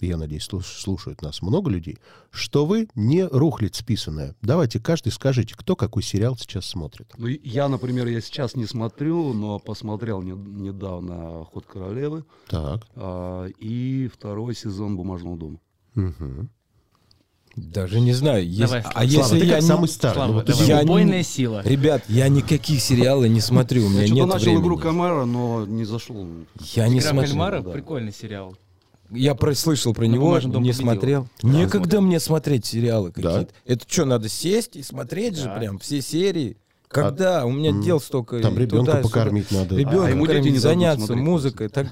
[SPEAKER 2] я надеюсь, слуш- слушают нас много людей, что вы не рухлить списанное. Давайте каждый скажите, кто какой сериал сейчас смотрит.
[SPEAKER 6] Ну, и я, например, я сейчас не смотрю, но посмотрел не- недавно «Ход королевы»
[SPEAKER 2] Так.
[SPEAKER 6] а, и второй сезон «Бумажного дома».
[SPEAKER 2] Мгм.
[SPEAKER 5] Даже не знаю. есть-
[SPEAKER 7] Давай,
[SPEAKER 5] а
[SPEAKER 7] Слава,
[SPEAKER 5] если
[SPEAKER 2] ты
[SPEAKER 5] я
[SPEAKER 2] как
[SPEAKER 5] не-
[SPEAKER 2] самый старый.
[SPEAKER 7] Слава,
[SPEAKER 2] ну вот
[SPEAKER 7] давай.
[SPEAKER 2] извини.
[SPEAKER 5] я не-
[SPEAKER 7] Убойная сила.
[SPEAKER 5] Ребят, я никаких сериалы не смотрю, у меня
[SPEAKER 6] Я что-то
[SPEAKER 5] нет
[SPEAKER 6] начал
[SPEAKER 5] времени.
[SPEAKER 6] игру Камара, но не зашел.
[SPEAKER 5] Я не
[SPEAKER 7] «Игра в кальмара»
[SPEAKER 5] смотрю.
[SPEAKER 6] да.
[SPEAKER 7] прикольный сериал.
[SPEAKER 5] Я про- слышал про
[SPEAKER 7] На
[SPEAKER 5] него,
[SPEAKER 7] «Бумажном доме
[SPEAKER 5] не
[SPEAKER 7] победила».
[SPEAKER 5] смотрел. Некогда мне смотреть сериалы какие-то. Это что, надо сесть и смотреть же
[SPEAKER 7] Да.
[SPEAKER 5] прям все серии? Когда? У меня
[SPEAKER 2] А, м,
[SPEAKER 5] дел столько.
[SPEAKER 2] Там
[SPEAKER 5] и
[SPEAKER 2] ребенка
[SPEAKER 5] туда, и сюда.
[SPEAKER 2] покормить надо.
[SPEAKER 5] Ребенка
[SPEAKER 6] А ему дети
[SPEAKER 5] покормить,
[SPEAKER 6] не дадут
[SPEAKER 5] заняться
[SPEAKER 6] смотреть
[SPEAKER 5] музыкой, так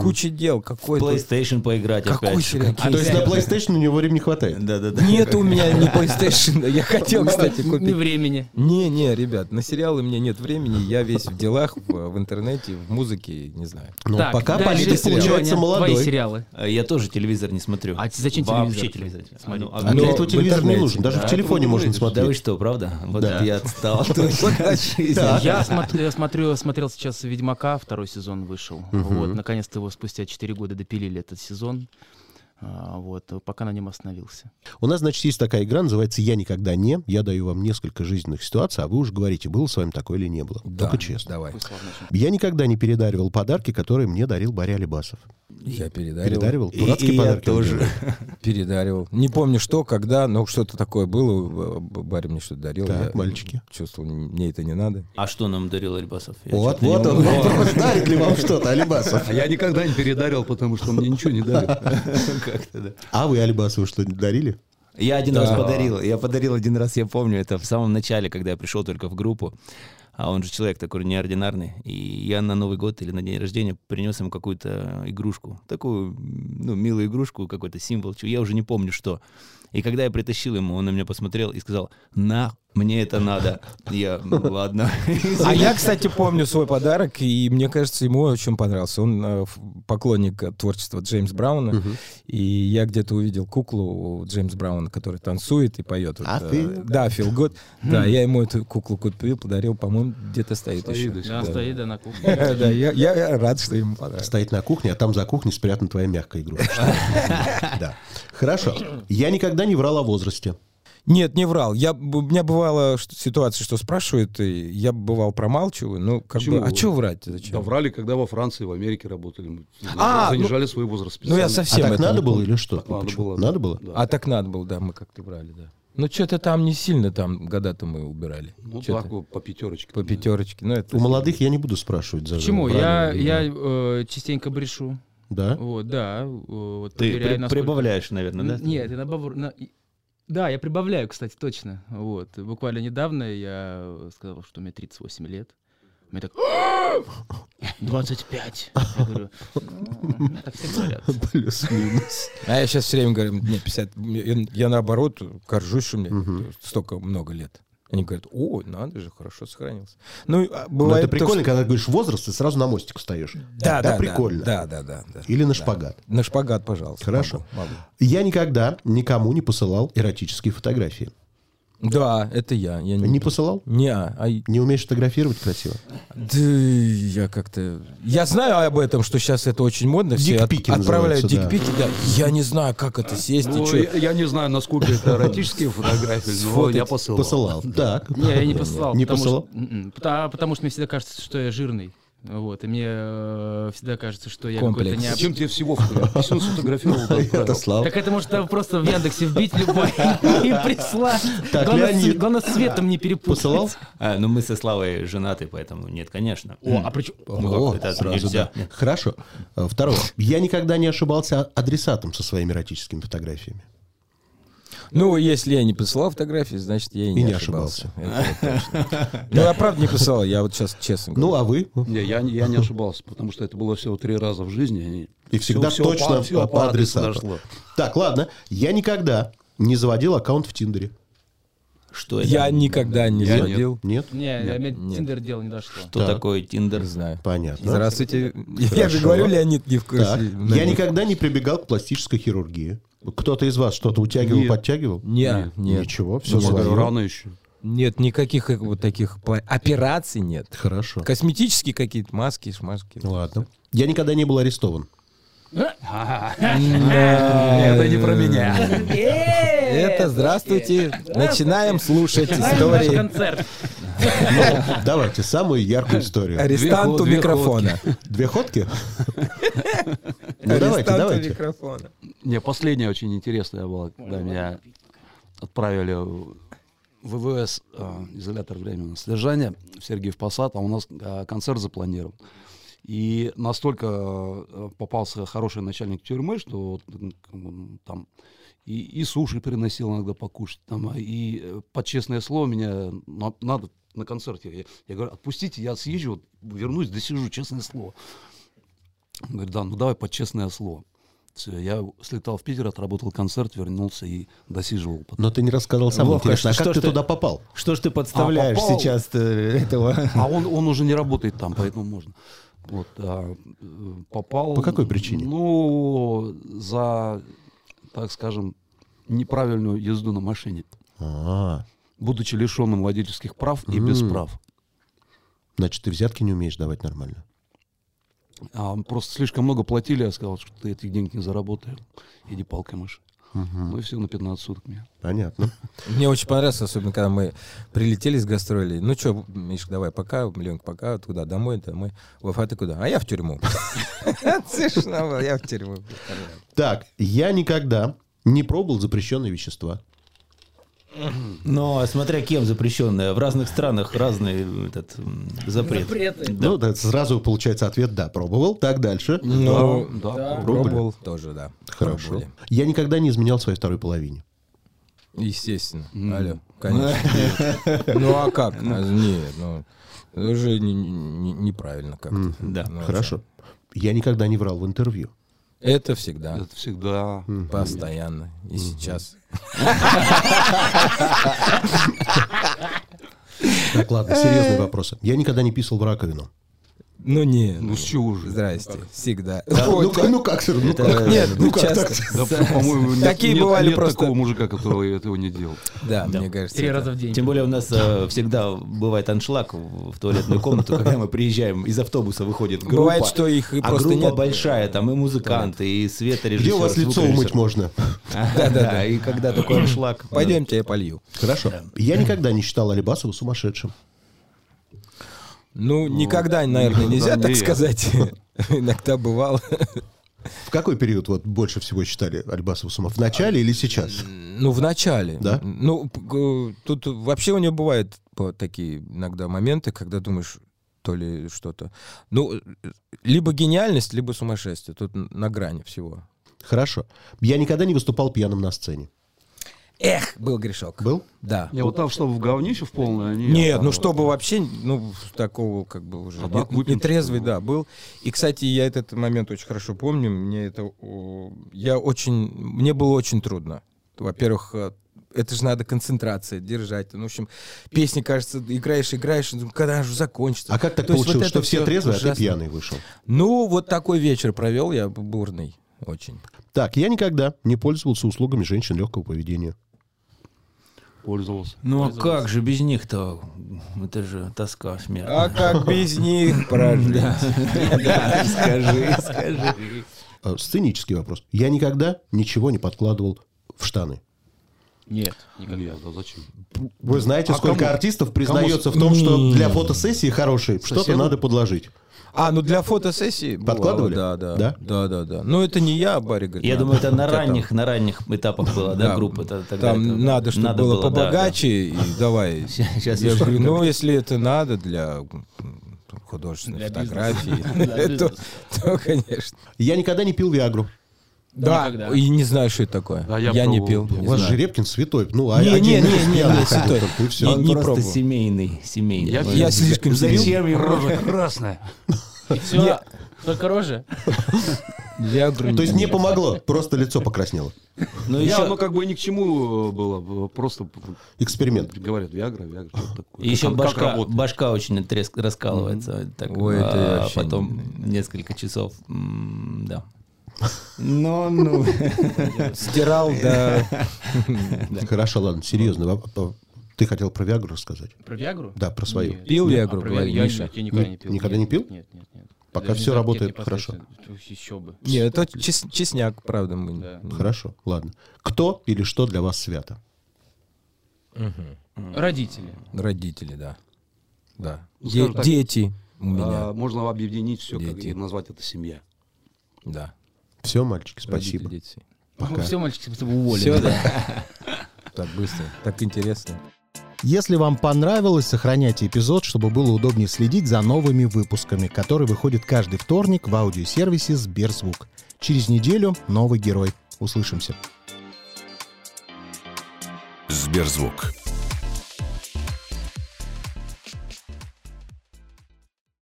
[SPEAKER 5] куча дел.
[SPEAKER 8] В
[SPEAKER 5] Какой то
[SPEAKER 8] PlayStation поиграть
[SPEAKER 5] Какой
[SPEAKER 8] опять. же. А,
[SPEAKER 5] сериал?
[SPEAKER 2] То есть на
[SPEAKER 7] Опять.
[SPEAKER 2] PlayStation у него времени хватает.
[SPEAKER 8] Да-да-да.
[SPEAKER 5] Нет у меня ни PlayStation. Я хотел, кстати,
[SPEAKER 7] Не
[SPEAKER 5] купить.
[SPEAKER 7] времени.
[SPEAKER 5] Не-не, ребят, на сериалы мне нет времени. Я весь в делах, в в интернете, в музыке, не знаю.
[SPEAKER 2] Ну,
[SPEAKER 7] Так,
[SPEAKER 2] пока
[SPEAKER 7] дальше,
[SPEAKER 2] политик получается
[SPEAKER 7] Женя, Твои
[SPEAKER 2] молодой.
[SPEAKER 7] сериалы.
[SPEAKER 8] А Я тоже телевизор не смотрю.
[SPEAKER 7] А зачем
[SPEAKER 8] Вообще
[SPEAKER 7] телевизор?
[SPEAKER 8] телевизор?
[SPEAKER 7] Смотри.
[SPEAKER 8] Ну,
[SPEAKER 2] А
[SPEAKER 8] ну,
[SPEAKER 2] для
[SPEAKER 5] Но
[SPEAKER 2] этого
[SPEAKER 5] в
[SPEAKER 2] телевизор не
[SPEAKER 5] интернете,
[SPEAKER 2] нужен. Даже в
[SPEAKER 8] да,
[SPEAKER 2] телефоне можно
[SPEAKER 8] Да вы
[SPEAKER 2] смотреть.
[SPEAKER 8] что, правда? Вот
[SPEAKER 2] Да.
[SPEAKER 8] я отстал точно от жизни.
[SPEAKER 7] Я смотрю, смотрю, смотрел сейчас «Ведьмака», второй сезон вышел. Вот, наконец-то его спустя 4 года допилили этот сезон. А, вот, пока на нем остановился.
[SPEAKER 2] У нас, значит, есть такая игра, называется «Я никогда не». Я даю вам несколько жизненных ситуаций, а вы уже говорите, было с вами такое или не было. Только честно.
[SPEAKER 5] Давай.
[SPEAKER 2] Я никогда не передаривал подарки, которые мне дарил Боря Алибасов.
[SPEAKER 5] Я передаривал.
[SPEAKER 2] Передаривал?
[SPEAKER 8] И-
[SPEAKER 2] Дурацкие
[SPEAKER 8] и я
[SPEAKER 2] подарки. он
[SPEAKER 8] тоже.
[SPEAKER 2] делает.
[SPEAKER 5] Передаривал. Не помню что, когда, но что-то такое было. Б- б- Барри мне что-то дарил.
[SPEAKER 2] Так,
[SPEAKER 5] я
[SPEAKER 2] мальчики.
[SPEAKER 5] Чувствовал, мне это не надо.
[SPEAKER 8] А что нам дарил Альбасов? Я
[SPEAKER 2] Вот,
[SPEAKER 8] чё-то не
[SPEAKER 2] вот он.
[SPEAKER 8] могу.
[SPEAKER 2] вопрос, Дарит ли вам что-то, Алибасов?
[SPEAKER 6] А я никогда не передарил, потому что мне ничего не дали.
[SPEAKER 8] Как-то да.
[SPEAKER 2] А вы Алибасову что-нибудь дарили?
[SPEAKER 8] Я один раз
[SPEAKER 5] Да.
[SPEAKER 8] подарил. Я подарил один раз, я помню, это в самом начале, когда я пришел только в группу. А он же человек такой неординарный. И я на Новый год или на день рождения принес ему какую-то игрушку. Такую, м, ну, милую игрушку, какой-то символ. чё- Я уже не помню, что. И когда я притащил ему, он на меня посмотрел и сказал, на, мне это надо. Я, «Ну, ладно.
[SPEAKER 5] А я, кстати, помню свой подарок, и мне кажется, ему очень понравился. Он э, ф- поклонник э, творчества Джеймс Брауна, и я где-то увидел куклу у Джеймса Брауна, которая танцует и поет.
[SPEAKER 2] А
[SPEAKER 5] Вот, э,
[SPEAKER 2] ты? Хм.
[SPEAKER 5] Да, Фил Год. Да, я ему эту куклу купил, подарил, по-моему, где-то стоит,
[SPEAKER 6] Стоит
[SPEAKER 5] еще.
[SPEAKER 6] до сих
[SPEAKER 7] Да, стоит, да, на кухне.
[SPEAKER 5] Да, я- я рад, что ему понравилось.
[SPEAKER 2] Стоит на кухне, а там за кухней спрятана твоя мягкая игрушка. Да. Хорошо. Я никогда не врал о возрасте. А
[SPEAKER 5] Нет, не врал. Я, б- у меня бывала что- ситуация, что спрашивают, и я бывал промалчиваю. Ну, как
[SPEAKER 6] Почему?
[SPEAKER 5] бы, а что врать? Зачем?
[SPEAKER 6] Да врали, когда во Франции, в Америке работали. Мы
[SPEAKER 5] А,
[SPEAKER 6] занижали свой возраст.
[SPEAKER 5] Ну,
[SPEAKER 2] А
[SPEAKER 6] специально.
[SPEAKER 5] я совсем
[SPEAKER 2] так
[SPEAKER 5] это не
[SPEAKER 2] надо было
[SPEAKER 5] помню.
[SPEAKER 2] или что?
[SPEAKER 6] Надо
[SPEAKER 2] Почему?
[SPEAKER 6] было, да.
[SPEAKER 2] Надо было?
[SPEAKER 6] Да.
[SPEAKER 5] А так надо было, да, мы как-то брали, да. Ну, что-то там не сильно там года-то мы убирали.
[SPEAKER 6] Ну,
[SPEAKER 5] Чё-то
[SPEAKER 6] так вот, по пятерочке.
[SPEAKER 5] По пятерочке. Ну, это...
[SPEAKER 2] У молодых я не буду спрашивать. за
[SPEAKER 7] Почему?
[SPEAKER 2] брали
[SPEAKER 7] Я,
[SPEAKER 2] или
[SPEAKER 7] я
[SPEAKER 2] нет.
[SPEAKER 7] э, частенько брешу.
[SPEAKER 2] Да?
[SPEAKER 7] Вот, да. э, Вот,
[SPEAKER 8] Ты
[SPEAKER 7] проверяю,
[SPEAKER 8] при-
[SPEAKER 7] насколько-
[SPEAKER 8] прибавляешь, наверное, да?
[SPEAKER 7] Н- Нет, я наоборот... на- и- Да, я прибавляю, кстати, точно. Вот. Буквально недавно я э, сказал, что мне 38 лет. Мне так... 25. Я говорю, «Ну, так все говорят.
[SPEAKER 2] Плюс-минус.
[SPEAKER 5] А я сейчас все время говорю, мне 50... Я, я наоборот горжусь, что мне столько много лет. Они говорят, о, надо же, хорошо сохранился. Ну, а
[SPEAKER 2] Ну,
[SPEAKER 5] бывает...
[SPEAKER 2] это
[SPEAKER 5] то,
[SPEAKER 2] прикольно,
[SPEAKER 5] что-
[SPEAKER 2] когда говоришь возраст, и сразу на мостик встаешь.
[SPEAKER 5] Да, да, да.
[SPEAKER 2] прикольно.
[SPEAKER 5] Да, да, да. да.
[SPEAKER 2] Или на шпагат.
[SPEAKER 5] На шпагат, пожалуйста.
[SPEAKER 2] Хорошо.
[SPEAKER 5] могу, могу.
[SPEAKER 2] Я никогда никому не посылал эротические фотографии.
[SPEAKER 5] Ну, Да, это я. я
[SPEAKER 2] Не посылал?
[SPEAKER 5] Не, а и-
[SPEAKER 2] Не умеешь фотографировать красиво?
[SPEAKER 5] да, я как-то... Я знаю об этом, что сейчас это очень модно. Все от-
[SPEAKER 2] Дикпики
[SPEAKER 5] отправляют
[SPEAKER 2] называются, да.
[SPEAKER 5] дикпики. Да. Я не знаю, как это сесть
[SPEAKER 6] Ну,
[SPEAKER 5] и чё.
[SPEAKER 6] я, я не знаю, насколько это эротические фотографии, но я посылал.
[SPEAKER 2] Посылал. Так.
[SPEAKER 7] Не, я не посылал.
[SPEAKER 2] Не
[SPEAKER 7] потому
[SPEAKER 2] посылал?
[SPEAKER 7] что- М-м, пота- Потому что мне всегда кажется, что я жирный. Вот, и мне э, всегда кажется, что я какой-то
[SPEAKER 5] Комплекс.
[SPEAKER 7] не...
[SPEAKER 6] Зачем тебе всего фотографировал? Если он сфотографировал, да,
[SPEAKER 2] Это
[SPEAKER 6] отправил.
[SPEAKER 2] слава.
[SPEAKER 7] Так это может там просто в Яндексе вбить любой и прислать.
[SPEAKER 2] Так,
[SPEAKER 7] Главное, с-
[SPEAKER 2] Леонид.
[SPEAKER 7] Главное, с цветом не перепутать.
[SPEAKER 2] Посылал?
[SPEAKER 8] А, ну, мы со Славой женаты, поэтому нет, конечно.
[SPEAKER 7] О, а причем...
[SPEAKER 8] Ну, как-то это
[SPEAKER 2] сразу
[SPEAKER 8] нельзя.
[SPEAKER 2] да. Хорошо. А, Второе. Я никогда не ошибался а- адресатом со своими эротическими фотографиями.
[SPEAKER 5] Ну, если я не посылал фотографии, значит, я и не,
[SPEAKER 2] не
[SPEAKER 5] ошибался. Это точно. Ну, я правда не посылал, я вот сейчас честно
[SPEAKER 2] Ну,
[SPEAKER 5] говорю.
[SPEAKER 2] а вы?
[SPEAKER 6] Не, я, не- я не ошибался, потому что это было всего три раза в жизни. и
[SPEAKER 2] И всегда
[SPEAKER 6] всё- всё
[SPEAKER 2] точно по,
[SPEAKER 6] всё
[SPEAKER 2] по адресату.
[SPEAKER 6] дошло.
[SPEAKER 2] Так, ладно. Я никогда не заводил аккаунт в Тиндере.
[SPEAKER 8] Что это?
[SPEAKER 5] Я никогда не
[SPEAKER 6] Я
[SPEAKER 5] заводил.
[SPEAKER 2] Нет?
[SPEAKER 7] Не, у меня Тиндер дело не дошло.
[SPEAKER 8] Что
[SPEAKER 2] Да.
[SPEAKER 8] такое Тиндер?
[SPEAKER 5] Не знаю.
[SPEAKER 2] Понятно.
[SPEAKER 5] Здравствуйте. Я же говорю, Леонид не в курсе.
[SPEAKER 2] Так. Я
[SPEAKER 5] Наверное.
[SPEAKER 2] никогда не прибегал к пластической хирургии. Кто-то из вас что-то утягивал,
[SPEAKER 6] Нет.
[SPEAKER 2] подтягивал?
[SPEAKER 5] Не, нет.
[SPEAKER 2] Ничего, все
[SPEAKER 6] Всё
[SPEAKER 2] свое.
[SPEAKER 6] рано еще.
[SPEAKER 5] Нет, никаких э, вот таких пла- операций нет.
[SPEAKER 2] Хорошо.
[SPEAKER 5] Косметические какие-то маски, шмашки.
[SPEAKER 2] Ладно. Я никогда не был арестован.
[SPEAKER 5] Это не про меня. Это здравствуйте. Начинаем слушать
[SPEAKER 7] Знаешь, наш
[SPEAKER 5] истории.
[SPEAKER 7] концерт.
[SPEAKER 2] Давайте самую яркую историю.
[SPEAKER 6] Две ход-
[SPEAKER 5] Арестанту
[SPEAKER 6] две
[SPEAKER 5] микрофона.
[SPEAKER 2] Две ходки? Ну, давайте,
[SPEAKER 5] Арестанту
[SPEAKER 2] давайте.
[SPEAKER 5] микрофона.
[SPEAKER 6] Не, последняя очень интересная была, когда меня отправили в ВВС, э, изолятор временного содержания, в Сергеев Посад, а у нас э, концерт запланирован. И настолько э, попался хороший начальник тюрьмы, что вот, м, как бы, м, там и, и суши приносил иногда покушать. Там, а, и э, под честное слово меня на- надо на концерт. Я, я говорю, отпустите, я съезжу, вот вернусь, досижу, честное слово. Он говорит, да, ну давай под честное слово. Все, я слетал в Питер, отработал концерт, вернулся и досиживал. потом.
[SPEAKER 2] Но ты не рассказал самое
[SPEAKER 8] Вовка,
[SPEAKER 2] интересное. А
[SPEAKER 8] что
[SPEAKER 2] как
[SPEAKER 8] ж
[SPEAKER 2] ты
[SPEAKER 8] ты-
[SPEAKER 2] туда попал?
[SPEAKER 8] Что ж ты подставляешь
[SPEAKER 6] попал.
[SPEAKER 8] сейчас э, этого?
[SPEAKER 6] А он, он уже не работает там, поэтому можно. Вот, а, э, попал...
[SPEAKER 2] По какой причине?
[SPEAKER 6] Ну, за, так скажем, неправильную езду на машине.
[SPEAKER 2] А,
[SPEAKER 6] Будучи лишенным водительских прав и без прав.
[SPEAKER 2] значит, ты взятки не умеешь давать нормально.
[SPEAKER 6] А, просто слишком много платили, я сказал, что ты этих денег не заработаешь. Иди палкой маши. Ну и все, на 15 суток меня.
[SPEAKER 2] Понятно.
[SPEAKER 5] Мне очень понравилось, особенно когда мы прилетели с гастролей. Ну что, Мишка, давай пока, Ленка, пока, туда, домой, домой. Вов, а ты куда? А я в тюрьму. Смешно было, я в тюрьму.
[SPEAKER 2] Так, я никогда не пробовал запрещенные вещества.
[SPEAKER 8] Но смотря кем запрещенное. В разных странах разный э, этот м, запрет.
[SPEAKER 7] Э,
[SPEAKER 2] Ну, да, сразу получается ответ «да», пробовал. Так, дальше.
[SPEAKER 5] Ну,
[SPEAKER 6] да, да.
[SPEAKER 5] пробовал. Тоже, да.
[SPEAKER 2] Хорошо.
[SPEAKER 5] Пробовали.
[SPEAKER 2] Я никогда не изменял своей второй половине.
[SPEAKER 5] Естественно. Алло, конечно. Ну а как? А, Нет, ну... Это уже не- не- неправильно как-то.
[SPEAKER 8] Да,
[SPEAKER 5] Ну,
[SPEAKER 2] Хорошо. Я никогда не врал в интервью.
[SPEAKER 5] Это всегда.
[SPEAKER 6] Это всегда...
[SPEAKER 5] Ну Постоянно. И сейчас.
[SPEAKER 2] Так, ладно, серьезные вопросы. Я никогда не писал в раковину.
[SPEAKER 5] Ну не.
[SPEAKER 6] Ну с чего же?
[SPEAKER 5] Здрасте. Всегда.
[SPEAKER 2] Ну, ну, как, сэр, ну как?
[SPEAKER 5] Нет, ну часто.
[SPEAKER 6] Да, по-моему, нет-
[SPEAKER 5] Такие
[SPEAKER 6] нет-
[SPEAKER 5] бывали
[SPEAKER 6] нет
[SPEAKER 5] просто.
[SPEAKER 6] такого мужика, который этого не делал.
[SPEAKER 5] Да, мне кажется.
[SPEAKER 7] Три
[SPEAKER 5] это-
[SPEAKER 7] раза в день.
[SPEAKER 8] Тем более у нас э, всегда бывает аншлаг в, в туалетную комнату, когда мы приезжаем, из автобуса выходит группа.
[SPEAKER 5] Бывает, что их и
[SPEAKER 8] а
[SPEAKER 5] просто
[SPEAKER 8] группа
[SPEAKER 5] нет.
[SPEAKER 8] большая, там и музыканты, и светорежиссер.
[SPEAKER 2] Где у вас лицо
[SPEAKER 8] звукорежиссер.
[SPEAKER 2] умыть можно?
[SPEAKER 8] А, Да, да, да. И когда такой аншлаг.
[SPEAKER 5] Пойдемте, я полью.
[SPEAKER 2] Хорошо. Я никогда не считал Алибасова сумасшедшим.
[SPEAKER 5] Ну, никогда, наверное, нельзя
[SPEAKER 6] никогда
[SPEAKER 5] так
[SPEAKER 6] не.
[SPEAKER 5] сказать. Иногда бывало.
[SPEAKER 2] В какой период вот больше всего считали Алибасова сумасшедшим? В начале или сейчас?
[SPEAKER 5] Ну, в начале.
[SPEAKER 2] Да?
[SPEAKER 5] Ну, п- г- тут вообще у нее бывают по- такие иногда моменты, когда думаешь, то ли что-то. Ну, э, либо гениальность, либо сумасшествие. Тут н- на грани всего.
[SPEAKER 2] Хорошо. Я никогда не выступал пьяным на сцене.
[SPEAKER 5] Эх, был грешок.
[SPEAKER 2] Был?
[SPEAKER 5] Да.
[SPEAKER 6] Не, вот там, что в говнище в полное, они...
[SPEAKER 5] Нет, ну чтобы
[SPEAKER 2] э,
[SPEAKER 5] вообще, ну, такого как бы уже
[SPEAKER 6] А так
[SPEAKER 5] не-
[SPEAKER 6] выпьем,
[SPEAKER 5] нетрезвый,
[SPEAKER 6] что ли?
[SPEAKER 5] да, был. И, кстати, я этот момент очень хорошо помню. Мне это, о, я очень, мне было очень трудно. Во-первых, э, это же надо концентрация держать. Ну, в общем, песни, кажется, играешь, играешь, ну, когда же закончится.
[SPEAKER 2] А как так
[SPEAKER 5] То есть вот
[SPEAKER 2] получилось,
[SPEAKER 5] это
[SPEAKER 2] что все
[SPEAKER 5] всё
[SPEAKER 2] трезвые, а
[SPEAKER 5] ужасно.
[SPEAKER 2] ты пьяный вышел?
[SPEAKER 5] Ну, вот такой вечер провел я бурный очень.
[SPEAKER 2] Так, я никогда не пользовался услугами женщин легкого поведения.
[SPEAKER 6] Пользовался.
[SPEAKER 8] Ну а как же без них-то? Это же тоска смерть.
[SPEAKER 5] А как без них прожить?
[SPEAKER 8] Да, скажи, скажи.
[SPEAKER 2] Э, Сценический вопрос. Я никогда ничего не подкладывал в штаны.
[SPEAKER 7] Нет,
[SPEAKER 6] Или
[SPEAKER 7] никогда.
[SPEAKER 6] я, да зачем?
[SPEAKER 2] Вы знаете, сколько артистов признается в
[SPEAKER 5] а кому-
[SPEAKER 2] том, что
[SPEAKER 5] М.
[SPEAKER 2] для фотосессии хорошей что-то надо подложить.
[SPEAKER 5] А, ну для фотосессии бывало,
[SPEAKER 2] Подкладывали?
[SPEAKER 5] Да, да,
[SPEAKER 2] Да?
[SPEAKER 5] да, да, да, Ну это не я, а Барри говорит.
[SPEAKER 8] Я
[SPEAKER 5] надо.
[SPEAKER 8] думаю, это на
[SPEAKER 5] У тебя там-
[SPEAKER 8] ранних, на ранних этапах было, да, группа? Т- тогда
[SPEAKER 5] Там
[SPEAKER 8] это
[SPEAKER 5] надо, чтобы было,
[SPEAKER 8] да, да.
[SPEAKER 5] побогаче, и давай.
[SPEAKER 8] щас
[SPEAKER 5] я
[SPEAKER 8] еще
[SPEAKER 5] говорю, ну, если это надо для м, художественной
[SPEAKER 7] Для
[SPEAKER 5] фотографии, то, то, конечно.
[SPEAKER 2] Я никогда не пил Виагру.
[SPEAKER 5] Да,
[SPEAKER 7] никогда.
[SPEAKER 5] и не знаю, что это такое.
[SPEAKER 6] Да, я
[SPEAKER 5] я не пил.
[SPEAKER 6] пробовал.
[SPEAKER 2] У
[SPEAKER 5] не
[SPEAKER 2] вас
[SPEAKER 5] знаю.
[SPEAKER 2] Жеребкин святой. Ну, а
[SPEAKER 5] Не,
[SPEAKER 2] один
[SPEAKER 5] не,
[SPEAKER 2] был
[SPEAKER 5] не, не,
[SPEAKER 2] пьяный
[SPEAKER 5] не,
[SPEAKER 2] ходил
[SPEAKER 5] святой.
[SPEAKER 2] только, и всё.
[SPEAKER 5] Не-
[SPEAKER 8] Он
[SPEAKER 5] не
[SPEAKER 8] просто
[SPEAKER 5] пробовал.
[SPEAKER 8] семейный, семейный. Ну,
[SPEAKER 6] Я-
[SPEAKER 5] Я слишком
[SPEAKER 8] Зачем его?
[SPEAKER 6] Рожа красная.
[SPEAKER 7] И все, только рожа.
[SPEAKER 5] Я говорю,
[SPEAKER 2] То есть
[SPEAKER 5] не-
[SPEAKER 2] не помогло, просто лицо покраснело.
[SPEAKER 8] Ну
[SPEAKER 6] Я,
[SPEAKER 8] еще
[SPEAKER 6] ну, как бы ни к чему э, было. э, Просто п- п-
[SPEAKER 2] Эксперимент.
[SPEAKER 6] говорят, Виагра, Виагра, что-то такое.
[SPEAKER 8] Еще
[SPEAKER 6] Как- как
[SPEAKER 8] башка,
[SPEAKER 6] работает?
[SPEAKER 8] башка очень отрез- раскалывается. Так,
[SPEAKER 5] Ой, это
[SPEAKER 8] а,
[SPEAKER 5] вообще
[SPEAKER 8] потом несколько часов. м, Да. Ну, ну.
[SPEAKER 5] стирал, да.
[SPEAKER 2] Хорошо, ладно, серьезно. Воп- э, Ты хотел про Виагру рассказать?
[SPEAKER 7] Про Виагру?
[SPEAKER 2] Да, про свою.
[SPEAKER 7] Нет.
[SPEAKER 5] Пил я,
[SPEAKER 7] А,
[SPEAKER 5] грубо
[SPEAKER 7] про
[SPEAKER 5] говоря,
[SPEAKER 7] Виагру я
[SPEAKER 5] Миша.
[SPEAKER 7] нет, я никогда не пил.
[SPEAKER 2] Никогда не
[SPEAKER 7] Нет,
[SPEAKER 2] пил?
[SPEAKER 7] Нет, нет, нет.
[SPEAKER 2] Пока
[SPEAKER 7] Даже
[SPEAKER 2] всё
[SPEAKER 7] не знаю,
[SPEAKER 2] работает
[SPEAKER 7] какие
[SPEAKER 2] хорошо.
[SPEAKER 7] последствия. Ух, Еще бы.
[SPEAKER 5] Нет, это чес- честняк, правда. мы-
[SPEAKER 7] Да.
[SPEAKER 2] Хорошо, ладно. Кто или что для вас свято?
[SPEAKER 7] Родители.
[SPEAKER 5] Родители, да. Да.
[SPEAKER 6] Ну,
[SPEAKER 5] Де-
[SPEAKER 6] скажем так,
[SPEAKER 5] Дети у
[SPEAKER 6] А,
[SPEAKER 5] меня,
[SPEAKER 6] Можно объединить все
[SPEAKER 5] Дети.
[SPEAKER 6] и назвать это семья.
[SPEAKER 5] да.
[SPEAKER 2] Все, мальчики,
[SPEAKER 5] Родители,
[SPEAKER 2] спасибо.
[SPEAKER 5] дети.
[SPEAKER 2] Пока.
[SPEAKER 7] Все, мальчики, спасибо, уволили.
[SPEAKER 5] Все, да. так быстро, так интересно.
[SPEAKER 2] Если вам понравилось, сохраняйте эпизод, чтобы было удобнее следить за новыми выпусками, которые выходят каждый вторник в аудиосервисе «Сберзвук». Через неделю новый герой. Услышимся.
[SPEAKER 1] Сберзвук.